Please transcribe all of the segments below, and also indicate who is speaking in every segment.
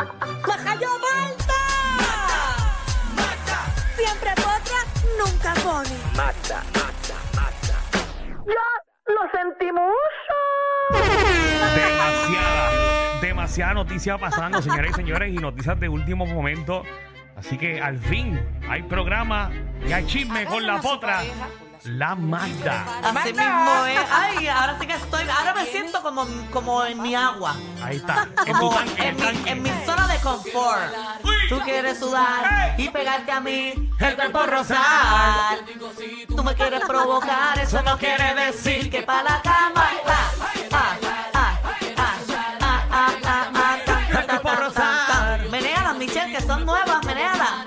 Speaker 1: ¡Majayo Malta! Siempre potra, nunca pone.
Speaker 2: Demasiada, demasiada noticia pasando, señoras y señores, y noticias de último momento. Así que al fin hay programa y hay chisme con la potra, la Magda.
Speaker 3: Así mismo es. Ay, ahora sí que estoy. Ahora me siento como, como en mi agua.
Speaker 2: Ahí está, en tu
Speaker 3: Como en
Speaker 2: tanque, en el
Speaker 3: mi,
Speaker 2: tanque.
Speaker 3: en mi zona de confort. Tú quieres sudar y pegarte a mí el cuerpo rosal. Tú me quieres provocar, eso no quiere decir que pa' la cama. Ah, ah, ah, ah, ah, ah, ah, ah, ah,
Speaker 2: El cuerpo
Speaker 3: ah, ah,
Speaker 2: rosal.
Speaker 3: ah. Menéalas, Michelle, que son nuevas, menéalas.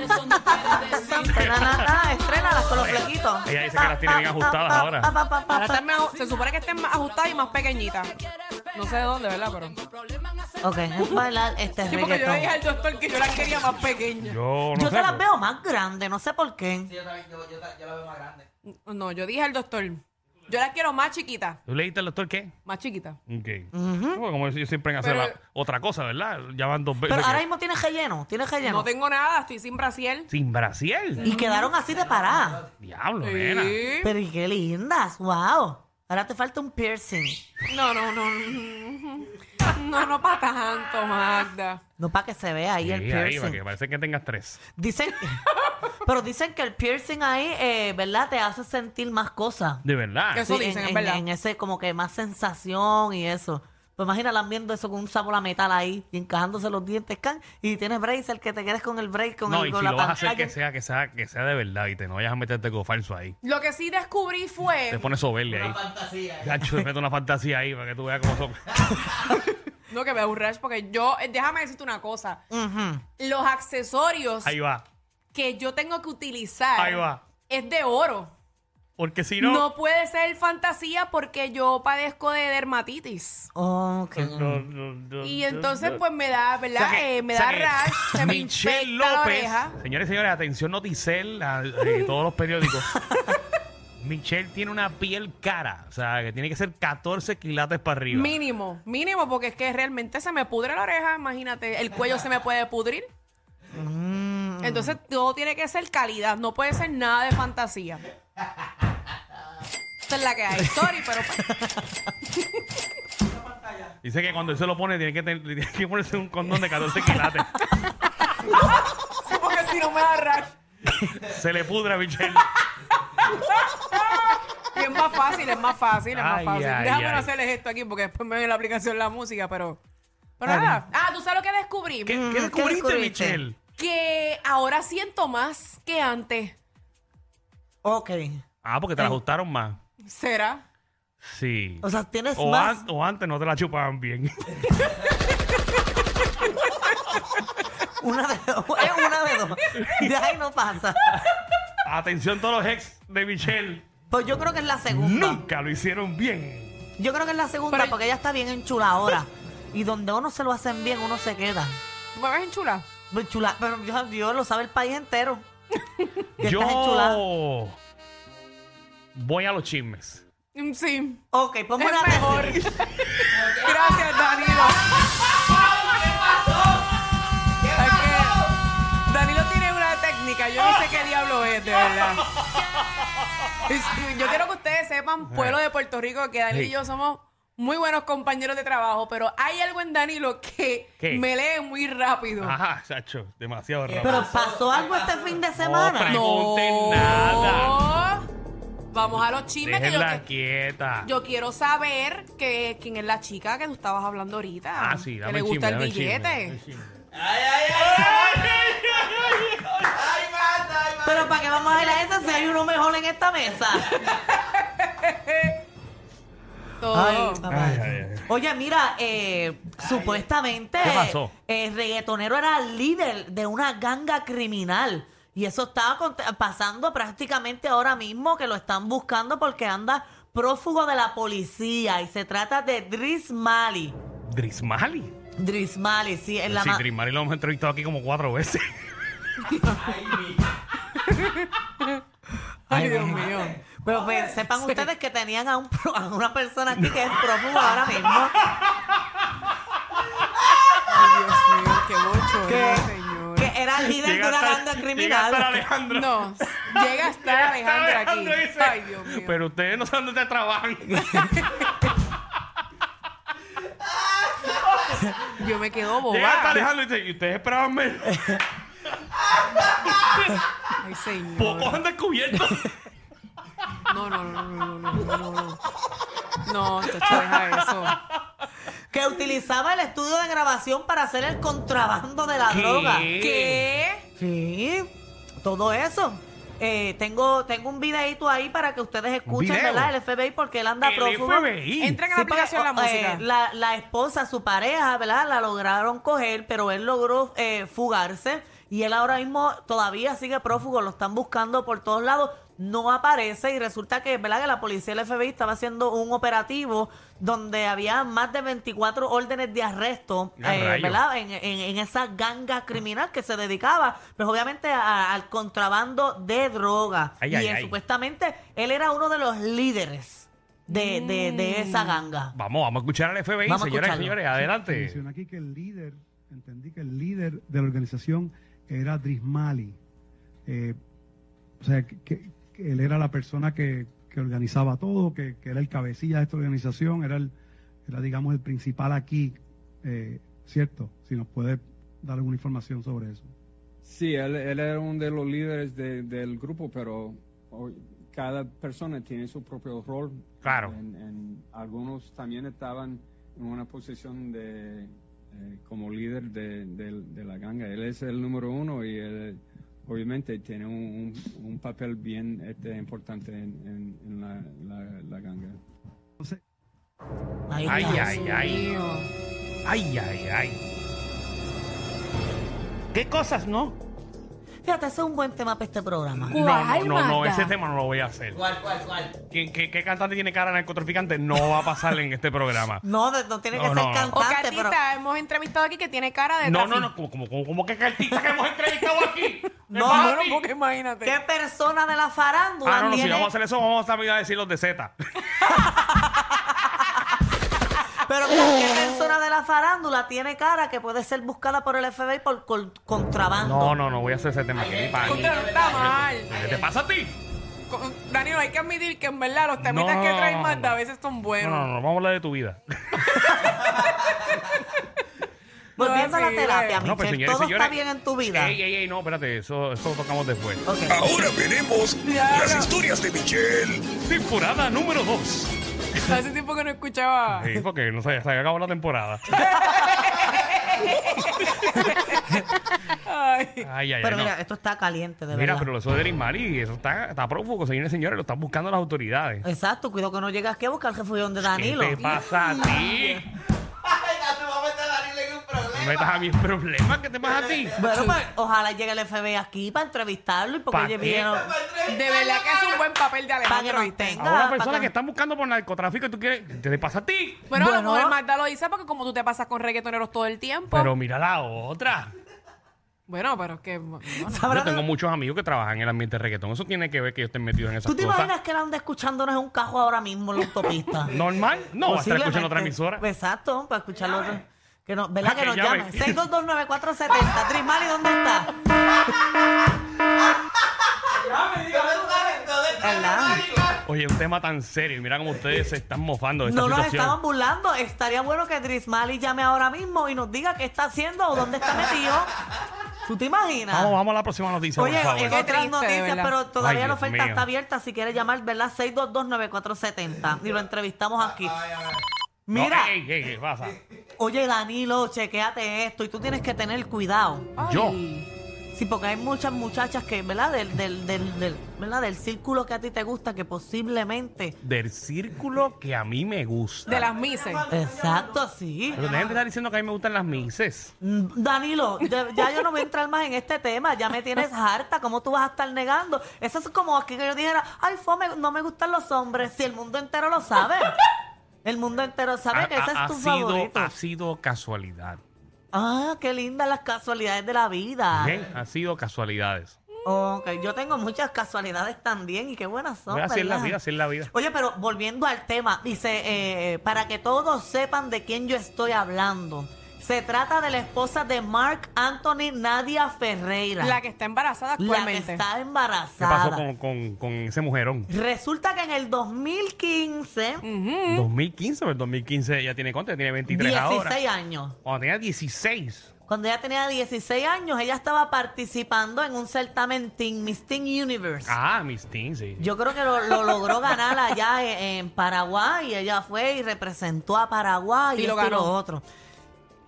Speaker 3: Estrenalas, estrenalas con los flequitos. Ah,
Speaker 2: Ella dice que las tiene bien ajustadas ahora.
Speaker 3: Pa, pa, pa, pa,
Speaker 4: Ahora están más aju- se supone que estén más ajustadas y más pequeñitas. No sé de dónde, ¿verdad? Pero. Sí,
Speaker 3: ah. Ok, es bailar este
Speaker 4: porque yo
Speaker 3: reggaetón.
Speaker 4: le dije al doctor que yo las quería más pequeñas.
Speaker 2: Yo
Speaker 3: Yo
Speaker 2: no sé, pues.
Speaker 3: te las
Speaker 2: pero-
Speaker 3: veo más grandes, no sé por qué.
Speaker 4: No, yo dije al doctor. Yo las quiero más chiquitas.
Speaker 2: ¿Tú le dijiste al doctor qué?
Speaker 4: Más chiquitas.
Speaker 2: Ok. Bueno, Como yo siempre en hacer
Speaker 4: Pero-
Speaker 2: la- otra cosa, ¿verdad? Ya van dos veces.
Speaker 3: Pero ahora
Speaker 2: que-
Speaker 3: mismo tienes relleno, tienes relleno.
Speaker 4: No tengo nada, estoy sin brasier.
Speaker 2: Sin Brasil.
Speaker 3: Y quedaron así de paradas.
Speaker 2: Diablo, nena.
Speaker 4: Sí.
Speaker 3: Pero y qué lindas, wow. Ahora te falta un piercing.
Speaker 4: No, no, no. no. No, no para tanto, Magda.
Speaker 3: No para que se vea ahí
Speaker 2: Sí,
Speaker 3: el
Speaker 2: ahí, para
Speaker 3: piercing.
Speaker 2: que parece que tengas tres.
Speaker 3: Dicen, pero dicen que el piercing ahí, eh, ¿verdad? Te hace sentir más cosas.
Speaker 2: De verdad.
Speaker 4: Que Eso dicen,
Speaker 3: en,
Speaker 4: es
Speaker 3: en-
Speaker 4: verdad.
Speaker 3: en ese como que más sensación y eso. Pues imagínala viendo eso con un sabor a metal ahí y encajándose los dientes, can. Y tienes bracer que te quedes con el break, con,
Speaker 2: no,
Speaker 3: el,
Speaker 2: y
Speaker 3: con
Speaker 2: si
Speaker 3: la
Speaker 2: lo vas a hacer,
Speaker 3: pantalla.
Speaker 2: que sea, que sea, que sea de verdad, y te no vayas a meterte con falso ahí.
Speaker 4: Lo que sí descubrí fue.
Speaker 2: Te pones soberle ahí. Gacho, te meto una fantasía ahí para que tú veas cómo son.
Speaker 4: No, que me aburras porque yo. eh, Déjame decirte una cosa.
Speaker 3: Ujú.
Speaker 4: Los accesorios
Speaker 2: Ahí va.
Speaker 4: que yo tengo que utilizar.
Speaker 2: Ahí va.
Speaker 4: Es de oro.
Speaker 2: Porque si
Speaker 4: No.
Speaker 2: no.
Speaker 4: puede ser fantasía porque yo padezco de dermatitis.
Speaker 3: Ok.
Speaker 2: No, no, no,
Speaker 4: Y
Speaker 2: no,
Speaker 4: entonces,
Speaker 2: no.
Speaker 4: pues me da,
Speaker 2: O sea
Speaker 4: ¿verdad?
Speaker 2: que-
Speaker 4: Eh, me
Speaker 2: o sea
Speaker 4: da
Speaker 2: que
Speaker 4: rash. Se me
Speaker 2: Michelle
Speaker 4: infecta la
Speaker 2: López.
Speaker 4: oreja.
Speaker 2: Señores y señores, atención, Noticel, a, eh, todos los periódicos. Michelle tiene una piel cara. O sea, que tiene que ser 14 quilates para arriba.
Speaker 4: Mínimo, mínimo, porque es que realmente se me pudre la oreja, imagínate, el cuello se me puede pudrir. Entonces todo tiene que ser calidad, no puede ser nada de fantasía. Esta es la que hay, sorry, pero pues,
Speaker 2: Dice que cuando él se lo pone, tiene que, tener- tiene que ponerse un condón de 14 quilates.
Speaker 4: sí, porque si no me da rash.
Speaker 2: se le pudra a Michelle.
Speaker 4: Y es más fácil, es más fácil, es más
Speaker 2: Ay,
Speaker 4: fácil.
Speaker 2: ay,
Speaker 4: Déjame
Speaker 2: ay.
Speaker 4: no hacerles esto aquí porque después me viene la aplicación la música, pero. Pero
Speaker 3: Está
Speaker 4: nada. Ah, tú sabes lo que descubrí.
Speaker 2: ¿Qué,
Speaker 3: Mm,
Speaker 2: qué
Speaker 3: ¿qué
Speaker 2: descubriste,
Speaker 3: descubriste?
Speaker 2: Michelle?
Speaker 4: Que ahora siento más que antes.
Speaker 3: Ok.
Speaker 2: Ah, porque te la ajustaron más.
Speaker 4: ¿Será?
Speaker 2: Sí.
Speaker 3: O sea, tienes
Speaker 2: O,
Speaker 3: más.
Speaker 2: an- o antes no te la chupaban bien.
Speaker 3: Una de dos. Es una de dos. De ahí no pasa.
Speaker 2: Atención todos los ex de Michelle.
Speaker 3: Pues yo creo que es la segunda.
Speaker 2: Nunca lo hicieron bien.
Speaker 3: Yo creo que es la segunda
Speaker 4: Pero-
Speaker 3: porque ella está bien enchula ahora. y donde uno se lo hacen bien, uno se queda.
Speaker 4: ¿Tú me ves en chula?
Speaker 3: Pues chula- pero Dios, Dios lo sabe el país entero. Que estás enchulada.
Speaker 2: Yo voy a los chismes.
Speaker 4: Mm, Sí.
Speaker 3: Ok, ponme
Speaker 4: Es
Speaker 3: una
Speaker 4: mejor. Gracias, Danilo. ¿Qué pasó? Danilo tiene una técnica, yo no sé qué diablo es, de verdad. Es- Yo quiero que ustedes sepan, pueblo de Puerto Rico, que Danilo
Speaker 2: Sí.
Speaker 4: y yo somos muy buenos compañeros de trabajo, pero hay algo en Danilo que
Speaker 2: ¿Qué? Ah,
Speaker 4: me lee muy rápido.
Speaker 2: Ajá, Sacho, demasiado rápido.
Speaker 3: Eh, Pero pasó algo este fin de
Speaker 2: No,
Speaker 3: semana.
Speaker 2: pre- pregunten nada.
Speaker 4: Vamos a los chismes que yo,
Speaker 2: Déjenla
Speaker 4: que-
Speaker 2: quieta.
Speaker 4: yo quiero saber que, quién es la chica que tú estabas hablando ahorita.
Speaker 2: ah, sí,
Speaker 4: que
Speaker 2: dame
Speaker 4: le
Speaker 2: el
Speaker 4: gusta
Speaker 2: chisme, dame
Speaker 4: el
Speaker 2: chisme,
Speaker 4: billete.
Speaker 2: dame el chisme.
Speaker 3: Pero ¿para qué vamos a ir a esa si hay uno mejor en esta mesa?
Speaker 4: Todo.
Speaker 3: Ay, papá.
Speaker 2: Ay, ay, ay.
Speaker 3: Oye, mira, eh, supuestamente
Speaker 2: ¿Qué pasó?
Speaker 3: eh, el reggaetonero era el líder de una ganga criminal. Y eso estaba cont- pasando prácticamente ahora mismo que lo están buscando porque anda prófugo de la policía. Y se trata de Dris Mali.
Speaker 2: Drismali.
Speaker 3: Dris Mali, sí, en la
Speaker 2: sí,
Speaker 3: ma-
Speaker 2: Drismali lo hemos entrevistado aquí como cuatro veces.
Speaker 4: Ay, Dios mío.
Speaker 3: Pero pues, sepan ustedes que tenían a, un pro- a una persona aquí que es prófugo ahora mismo.
Speaker 4: Ay, Dios mío, qué bochorno.
Speaker 3: que,
Speaker 4: señor.
Speaker 3: que era el líder de una banda
Speaker 2: Llega hasta
Speaker 3: criminal.
Speaker 2: Alejandro.
Speaker 4: No, llega
Speaker 2: Llega
Speaker 4: a estar
Speaker 2: hasta
Speaker 4: Alejandro aquí.
Speaker 2: Alejandro y dice,
Speaker 4: Ay, Dios mío.
Speaker 2: Pero ustedes no saben dónde trabajan.
Speaker 4: Yo me quedo
Speaker 2: Llega hasta
Speaker 4: boba.
Speaker 2: Alejandro y dice, y ustedes esperaban menos.
Speaker 4: Ay, señor.
Speaker 2: Pocos han descubierto.
Speaker 4: No, no, no, no, no, no, no, no. No, chacho, deja eso.
Speaker 3: Que utilizaba el estudio de grabación para hacer el contrabando de la
Speaker 2: ¿Qué?
Speaker 3: droga.
Speaker 4: ¿Qué?
Speaker 3: Sí, todo eso. Eh, tengo, tengo un videito ahí para que ustedes escuchen,
Speaker 2: video?
Speaker 3: ¿verdad? El FBI porque él anda
Speaker 2: El
Speaker 3: prófugo.
Speaker 2: FBI.
Speaker 4: Entren a
Speaker 3: Sí,
Speaker 4: la aplicación la
Speaker 3: porque, eh,
Speaker 4: música.
Speaker 3: la, la esposa, su pareja, ¿verdad? La lograron coger, pero él logró eh, fugarse y él ahora mismo todavía sigue prófugo, lo están buscando por todos lados, no aparece y resulta que, ¿verdad? Que la policía y el FBI estaba haciendo un operativo donde había más de 24 órdenes de arresto,
Speaker 2: Ah,
Speaker 3: eh,
Speaker 2: rayos.
Speaker 3: ¿verdad? En, en- en esa ganga criminal que se dedicaba, pues obviamente a- al contrabando de droga.
Speaker 2: Ay,
Speaker 3: y
Speaker 2: ay,
Speaker 3: él,
Speaker 2: ay.
Speaker 3: supuestamente él era uno de los líderes. De, de, de
Speaker 4: Mm.
Speaker 3: esa ganga.
Speaker 2: Vamos, vamos a escuchar al FBI,
Speaker 3: Vamos a
Speaker 2: señoras y
Speaker 3: escucharlo.
Speaker 2: señores.
Speaker 5: Se
Speaker 2: Adelante.
Speaker 5: menciona aquí que el líder, entendí que el líder de la organización era Drismali. Eh, o sea, que, que- que él era la persona que, que organizaba todo, que, que era el cabecilla de esta organización, era, el, era digamos, el principal aquí, eh, ¿cierto? Si nos puede dar alguna información sobre eso.
Speaker 6: Sí, él, él era uno de los líderes de- del grupo, pero hoy cada persona tiene su propio rol.
Speaker 2: Claro.
Speaker 6: En- en- algunos también estaban en una posición de eh, como líder de, de- de la ganga. Él es el número uno y él, obviamente tiene un, un- un papel bien este, importante en, en- en la- la- la ganga.
Speaker 5: Entonces,
Speaker 3: Ahí
Speaker 2: Ay,
Speaker 3: está.
Speaker 2: ay, ay.
Speaker 4: Mío.
Speaker 2: Ay, ay, ay. ¿Qué cosas, no?
Speaker 3: Fíjate, ese es un buen tema para este programa.
Speaker 2: No, no,
Speaker 7: ¿Cuál,
Speaker 2: no, no,
Speaker 7: Magda?
Speaker 2: ese tema no lo voy a hacer.
Speaker 3: ¿Cuál, cuál, cuál?
Speaker 2: ¿Quién- qué, qué cantante tiene cara de narcotraficante? No va a pasar en este programa.
Speaker 3: No, no, no tiene
Speaker 2: No,
Speaker 3: que ser
Speaker 2: no, no.
Speaker 4: O
Speaker 3: cantante,
Speaker 4: Catita,
Speaker 3: pero.
Speaker 4: hemos entrevistado aquí que tiene cara de
Speaker 2: No,
Speaker 4: trafi-
Speaker 2: no, no, como, como, como, como que artista que hemos entrevistado
Speaker 3: No,
Speaker 2: aquí. Papi.
Speaker 4: No, no, porque imagínate.
Speaker 3: ¿Qué persona de la farándula
Speaker 2: Ah, no, no, si
Speaker 3: tiene-
Speaker 2: vamos a hacer eso, vamos también a decir los de Z.
Speaker 3: Pero ¿qué persona de la farándula tiene cara que puede ser buscada por el FBI por col- contrabando?
Speaker 2: No, no, no voy a hacer ese tema. que ni pa' ahí.
Speaker 4: Contra, no está mal.
Speaker 2: ¿Qué te pasa a ti?
Speaker 4: Con- Danilo, hay que admitir que en verdad los temitas
Speaker 2: No,
Speaker 4: que
Speaker 2: no,
Speaker 4: trae
Speaker 2: no, no.
Speaker 4: Magda a veces son
Speaker 2: No,
Speaker 4: buenos.
Speaker 2: no, no, vamos a hablar de tu vida.
Speaker 3: Volviendo a la
Speaker 4: Sí,
Speaker 3: terapia,
Speaker 2: No,
Speaker 3: Michelle,
Speaker 2: pues, señores,
Speaker 3: todo
Speaker 2: señores,
Speaker 3: está bien en tu vida.
Speaker 2: Ey, ey, ey, no, espérate, eso, eso lo tocamos después.
Speaker 3: Ok.
Speaker 8: Ahora veremos
Speaker 4: Claro.
Speaker 8: las historias de Michelle.
Speaker 2: Temporada número 2.
Speaker 4: Hace tiempo que no escuchaba.
Speaker 2: Sí, porque no sé, se había acabado la temporada.
Speaker 4: Ay.
Speaker 2: Ay, ay, ay.
Speaker 3: Pero
Speaker 2: no.
Speaker 3: mira, esto está caliente, de
Speaker 2: Mira,
Speaker 3: verdad.
Speaker 2: pero eso de Dream Mali, eso está, está prófugo, señores y señores, lo están buscando las autoridades.
Speaker 3: Exacto, cuidado que no llegas aquí a buscar el refugión de Danilo.
Speaker 2: ¿Qué te pasa a ti? No metas a mí en problemas, ¿qué te pasa a ti?
Speaker 3: Bueno, pues, ojalá llegue el FBI aquí para entrevistarlo y porque
Speaker 2: ¿Pa'
Speaker 3: oye,
Speaker 2: qué?
Speaker 3: vieron
Speaker 4: De verdad que es un buen papel de
Speaker 3: para que
Speaker 4: Alejandro,
Speaker 3: nos
Speaker 4: ¿viste?
Speaker 3: tenga,
Speaker 2: A una
Speaker 3: pa'
Speaker 2: persona
Speaker 3: que-
Speaker 2: que están buscando por narcotráfico y tú quieres... ¿Qué te pasa a ti?
Speaker 4: Bueno, a
Speaker 3: Bueno.
Speaker 4: lo mejor Magda lo dice porque como tú te pasas con reggaetoneros todo el tiempo.
Speaker 2: Pero mira la otra.
Speaker 4: bueno, pero es que... bueno.
Speaker 3: Sabrá
Speaker 2: Yo tengo
Speaker 3: Dios.
Speaker 2: muchos amigos que trabajan en el ambiente de reggaetón. Eso tiene que ver que yo esté metido en esas
Speaker 3: ¿Tú te
Speaker 2: cosas.
Speaker 3: imaginas que él anda escuchándonos en un cajo ahora mismo en la autopista?
Speaker 2: ¿Normal? No, va a estar
Speaker 3: Posiblemente.
Speaker 2: escuchando otra emisora.
Speaker 3: Exacto, para escuchar los otro. Que no, ¿Verdad
Speaker 2: Ah,
Speaker 3: que,
Speaker 2: que
Speaker 3: nos
Speaker 2: llame.
Speaker 3: llamen? 6229470. Trismali, ¿dónde está? ¿Verdad?
Speaker 2: Oye, un tema tan serio. y Mira cómo ustedes se están mofando de esta
Speaker 3: No nos
Speaker 2: situación.
Speaker 3: estaban burlando. Estaría bueno que Trismali llame ahora mismo y nos diga qué está haciendo o dónde está metido. ¿Tú te imaginas?
Speaker 2: Vamos, vamos a la próxima noticia,
Speaker 3: Oye, eh,
Speaker 2: por favor.
Speaker 3: en
Speaker 4: Qué
Speaker 3: otras
Speaker 4: triste, de
Speaker 3: noticias,
Speaker 4: verdad.
Speaker 3: pero todavía
Speaker 2: Ay,
Speaker 3: la
Speaker 2: Dios
Speaker 3: oferta
Speaker 2: mío.
Speaker 3: está abierta. Si quieres llamar, ¿verdad? 6229470. Y lo entrevistamos aquí.
Speaker 2: No,
Speaker 3: Mira,
Speaker 2: ey, ey, ey, ¿qué pasa?
Speaker 3: oye Danilo, chequéate esto. Y tú tienes que tener cuidado.
Speaker 4: Ay.
Speaker 2: Yo.
Speaker 3: Sí, porque hay muchas muchachas que, ¿verdad? Del, del, del, del- ¿verdad? del círculo que a ti te gusta, que posiblemente.
Speaker 2: Del círculo que a mí me gusta.
Speaker 4: De las mises.
Speaker 3: Exacto, sí.
Speaker 2: Pero dejen de estar diciendo que a mí me gustan las mises.
Speaker 3: Mm, Danilo, ya, ya yo no voy a entrar más en este tema, ya me tienes harta, ¿cómo tú vas a estar negando? Eso es como aquí que yo dijera, ay, fome, no me gustan los hombres, si el mundo entero lo sabe. El mundo entero sabe
Speaker 2: Ha-
Speaker 3: que ese
Speaker 2: ha-
Speaker 3: es
Speaker 2: ha
Speaker 3: tu
Speaker 2: sido-
Speaker 3: favorito.
Speaker 2: Ha sido casualidad.
Speaker 3: Ah, qué lindas las casualidades de la vida.
Speaker 2: ¿ok? Ha sido casualidades.
Speaker 3: Ok, yo tengo muchas casualidades también y qué buenas son.
Speaker 2: así es la
Speaker 3: ¿verdad?
Speaker 2: vida, así es la vida.
Speaker 3: Oye, pero volviendo al tema, dice, eh, para que todos sepan de quién yo estoy hablando. Se trata de la esposa de Mark Anthony Nadia Ferreira.
Speaker 4: La que está embarazada
Speaker 3: La que
Speaker 4: actualmente.
Speaker 3: está
Speaker 2: ¿Qué
Speaker 3: embarazada.
Speaker 2: pasó con, con- con ese mujerón?
Speaker 3: Resulta que en el 2015,
Speaker 4: Mm.
Speaker 2: 2015, pero el 2015 ya tiene cuánto, ya tiene 23 ahora.
Speaker 3: 16 años.
Speaker 2: Cuando tenía 16.
Speaker 3: Cuando ella tenía 16 años, ella estaba participando en un certamen Teen Miss Teen Universe.
Speaker 2: Ah, mis teens, sí.
Speaker 3: Yo creo que lo, lo logró ganar allá en, en Paraguay. Ella fue y representó a Paraguay
Speaker 4: Y
Speaker 3: y,
Speaker 4: lo
Speaker 3: esto y lo
Speaker 4: ganó.
Speaker 3: otro.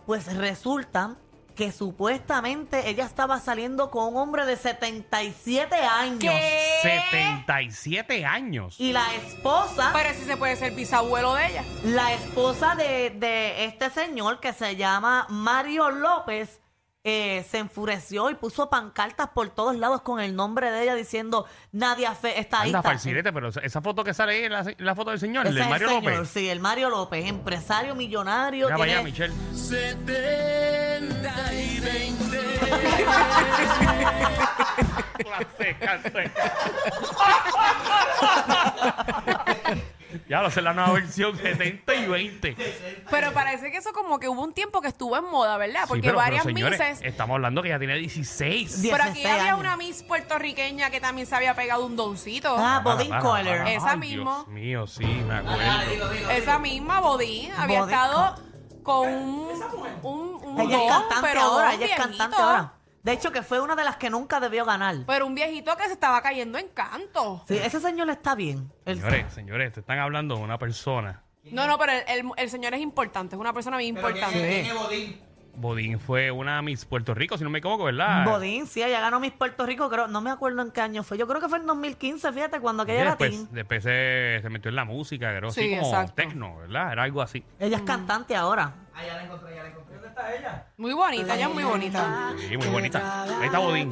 Speaker 3: Pues resulta que supuestamente ella estaba saliendo con un hombre de 77 años.
Speaker 4: ¿Qué?
Speaker 2: 77 años.
Speaker 3: Y la esposa,
Speaker 4: Pero si se puede ser bisabuelo de ella.
Speaker 3: la esposa de, de este señor que se llama Mario López, eh, se enfureció y puso pancartas por todos lados con el nombre de ella diciendo Nadia Fe está ahí.
Speaker 2: Anda,
Speaker 3: está-
Speaker 2: falsirete, pero esa- esa foto que sale ahí es la, la foto del señor,
Speaker 3: Ese
Speaker 2: el de
Speaker 3: es el
Speaker 2: Mario
Speaker 3: señor,
Speaker 2: López.
Speaker 3: Sí, el Mario López, empresario millonario.
Speaker 2: Ya
Speaker 3: tiene-
Speaker 2: vaya, Michelle. Clase, clase. ya lo sé, la nueva versión 70 y 20.
Speaker 4: Pero parece que eso como que hubo un tiempo que estuvo en moda, ¿verdad?
Speaker 2: Sí,
Speaker 4: Porque
Speaker 2: pero- pero,
Speaker 4: varias
Speaker 2: señores,
Speaker 4: misses.
Speaker 2: Estamos hablando que ya tenía 16.
Speaker 3: Die-
Speaker 4: Pero aquí
Speaker 3: 16
Speaker 4: había
Speaker 3: años.
Speaker 4: una miss puertorriqueña que también se había pegado un doncito.
Speaker 3: Ah, Bodine
Speaker 2: Para, para,
Speaker 3: Collar.
Speaker 2: para.
Speaker 4: Esa
Speaker 2: Ay,
Speaker 4: mismo.
Speaker 2: Dios mío, sí, me acuerdo.
Speaker 4: Esa misma Bodín había
Speaker 3: Bodín.
Speaker 4: estado con un, un, un
Speaker 3: Ella
Speaker 4: don,
Speaker 3: es cantante
Speaker 4: pero
Speaker 3: ahora,
Speaker 4: don
Speaker 3: ella es cantante
Speaker 4: viejito.
Speaker 3: ahora. De hecho, que fue una de las que nunca debió ganar.
Speaker 4: Pero un viejito que se estaba cayendo en canto.
Speaker 3: Sí, ese señor está bien. El-
Speaker 2: Señores, señores, te están hablando de una persona.
Speaker 4: No, no, pero el, el- el señor es importante, es una persona bien importante.
Speaker 2: Bodín fue una Miss Puerto Rico, si no me equivoco, ¿verdad?
Speaker 3: Bodín, sí, ella ganó Miss Puerto Rico, creo, no me acuerdo en qué año fue. Yo creo que fue en 2015, fíjate, cuando
Speaker 2: Y
Speaker 3: aquella era teen.
Speaker 2: después pues, después se, se metió en la música, creo, así
Speaker 4: Sí,
Speaker 2: como
Speaker 4: exacto.
Speaker 2: tecno, ¿verdad? Era algo así.
Speaker 3: Ella es cantante ahora.
Speaker 4: Muy bonita, ella es muy bonita.
Speaker 2: Sí, muy bonita. Ahí está Bodín.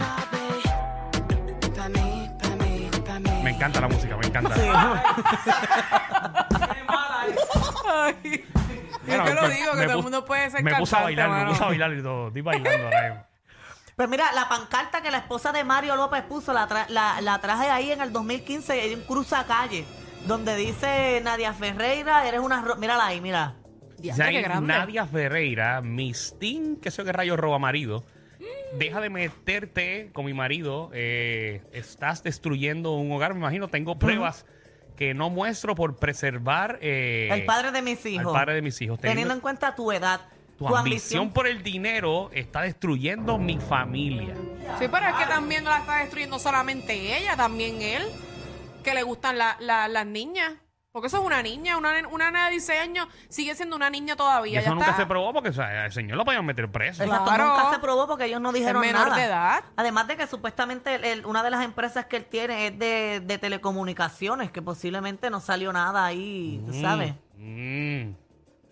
Speaker 2: Me encanta la música, me encanta.
Speaker 4: Ay,
Speaker 2: Mira,
Speaker 4: yo te lo
Speaker 2: me-
Speaker 4: digo, que
Speaker 2: me
Speaker 4: todo el
Speaker 2: pus-
Speaker 4: mundo puede ser
Speaker 2: Me puse a
Speaker 4: cantante,
Speaker 2: bailar, me
Speaker 4: mano.
Speaker 2: puse a bailar y todo. Estoy bailando ahora mismo.
Speaker 3: Pues mira, la pancarta que la esposa de Mario López puso, la, tra- la, la traje ahí en el 2015 en un cruzacalle, donde dice Nadia Ferreira, eres una... ro- Mírala ahí, mira.
Speaker 4: Diantre,
Speaker 2: Ya
Speaker 4: qué
Speaker 2: hay
Speaker 4: grande.
Speaker 2: Nadia Ferreira, Mistín, que sé yo qué rayo roba marido. Deja de meterte con mi marido. eh, estás destruyendo un hogar. Me imagino, tengo pruebas que no muestro por preservar eh,
Speaker 3: el padre de mis hijos.
Speaker 2: al padre de mis hijos.
Speaker 3: Teniendo
Speaker 2: Teniendo
Speaker 3: en cuenta tu edad,
Speaker 2: tu ambición por el dinero está destruyendo mi familia.
Speaker 4: Sí, pero es que también no la está destruyendo solamente ella, también él, que le gustan la- la- las niñas. Porque eso es una niña, una, nen- una nena de 16 años sigue siendo una niña
Speaker 2: Y,
Speaker 4: todavía.
Speaker 2: eso
Speaker 4: ya
Speaker 2: nunca
Speaker 4: está.
Speaker 2: se probó porque o sea, el señor lo podían meter preso.
Speaker 3: Exacto,
Speaker 4: Claro.
Speaker 3: nunca se probó porque ellos no dijeron
Speaker 4: menor
Speaker 3: nada.
Speaker 4: de edad.
Speaker 3: Además de que supuestamente él- él- una de las empresas que él tiene es de, de telecomunicaciones, que posiblemente no salió nada ahí, tú sabes.
Speaker 2: Mm, mm.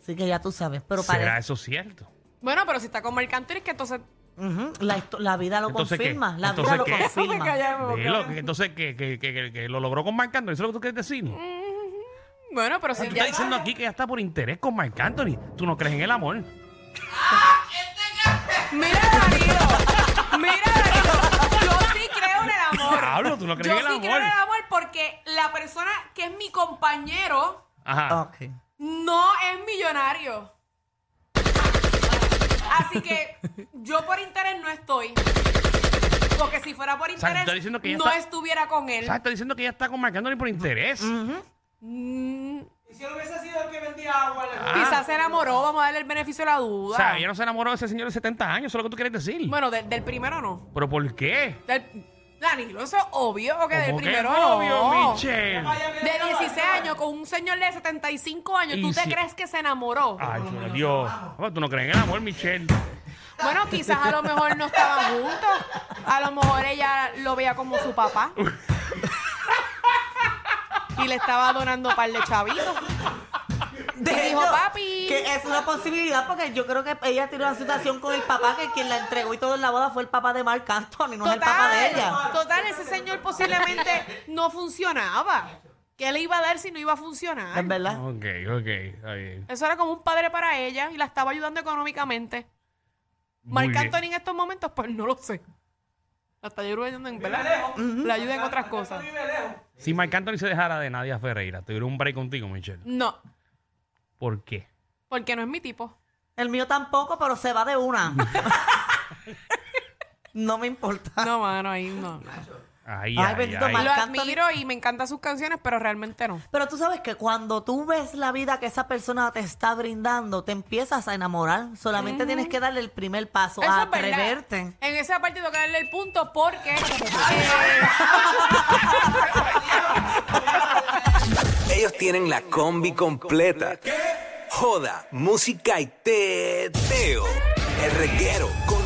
Speaker 3: Así que ya tú sabes, pero
Speaker 2: ¿Será
Speaker 3: parece...
Speaker 2: eso cierto?
Speaker 4: Bueno, pero si está con mercantil, es que entonces
Speaker 3: Ujú, la, histo- la vida lo
Speaker 2: Entonces, ¿qué?
Speaker 3: confirma, la vida
Speaker 2: Entonces,
Speaker 3: lo
Speaker 2: ¿qué?
Speaker 3: confirma.
Speaker 2: Dilo, que entonces, que, que- que- que- que lo logró con Marc Anthony. ¿Eso es lo que tú quieres decir?
Speaker 4: Bueno, pero
Speaker 2: Tú
Speaker 4: si
Speaker 2: estás diciendo aquí que ya está por interés con Marc Anthony. Tú no crees en el amor.
Speaker 4: Mira, Danilo. Mira, Danilo. Yo sí creo en el amor.
Speaker 2: Pablo, tú no crees
Speaker 4: Yo
Speaker 2: en el
Speaker 4: sí creo en el
Speaker 2: amor.
Speaker 4: amor porque la persona que es mi compañero
Speaker 2: Ajá.
Speaker 3: Ok.
Speaker 4: no es millonario. Así que yo por interés no estoy. Porque si fuera por
Speaker 2: sea, tú
Speaker 4: interés,
Speaker 2: estás diciendo que ya
Speaker 4: no
Speaker 2: está-
Speaker 4: estuviera con
Speaker 2: O
Speaker 4: él.
Speaker 2: sea, está diciendo que ya está con Marc Anthony por interés.
Speaker 4: Mm,
Speaker 2: Ah.
Speaker 4: Quizás se enamoró, vamos a darle el beneficio de la
Speaker 2: O
Speaker 4: duda.
Speaker 2: sea, ella no se enamoró de ese señor de 70 años. Eso es lo que tú quieres decir.
Speaker 4: Bueno, del, del primero no.
Speaker 2: ¿Pero por qué?
Speaker 4: Del- Danilo, eso es obvio que del
Speaker 2: ¿Cómo que
Speaker 4: primero
Speaker 2: novio,
Speaker 4: no.
Speaker 2: Michelle?
Speaker 4: De 16 años con un señor de 75 años,
Speaker 2: Y
Speaker 4: ¿tú te
Speaker 2: si-
Speaker 4: crees que se enamoró?
Speaker 2: Ay, por Dios. Bueno, tú no crees en el amor, Michelle.
Speaker 4: Bueno, quizás a lo mejor no estaban juntos. A lo mejor ella lo veía como su papá. Y le estaba donando un par de chavitos. Y dijo, "Papi".
Speaker 3: Que es una posibilidad porque yo creo que ella tiene una situación con el papá que quien la entregó y todo en la boda fue el papá de Marc Anthony, no es el papá de ella.
Speaker 4: total, ese señor posiblemente no funcionaba. ¿Qué le iba a dar si no iba a funcionar?
Speaker 3: Es verdad.
Speaker 2: Ok, ok. está bien.
Speaker 4: Eso era como un padre para ella y la estaba ayudando económicamente.
Speaker 2: Muy
Speaker 4: Marc
Speaker 2: bien.
Speaker 4: Anthony en estos momentos, pues no lo sé. Hasta yo lo ayudo en ¿verdad? La ayuda en otras cosas.
Speaker 2: Si Marc Anthony se dejara de Nadia Ferreira, tuviera un break contigo, Michelle.
Speaker 4: No,
Speaker 2: ¿Por qué?
Speaker 4: porque no es mi tipo.
Speaker 3: El mío tampoco, pero se va de una. no me importa.
Speaker 4: No, mano, ahí no.
Speaker 2: Ay,
Speaker 3: Ay,
Speaker 2: ay,
Speaker 3: bendito
Speaker 2: ay.
Speaker 4: Lo
Speaker 3: Marc Anthony-
Speaker 4: admiro y me encantan sus canciones, pero realmente no.
Speaker 3: Pero tú sabes que cuando tú ves la vida que esa persona te está brindando, te empiezas a enamorar. Solamente tienes que darle el primer paso, a
Speaker 4: es verdad.
Speaker 3: atreverte.
Speaker 4: En esa parte tengo que darle el punto porque.
Speaker 7: Ellos tienen la combi completa. Joda, música y teo. El reguero con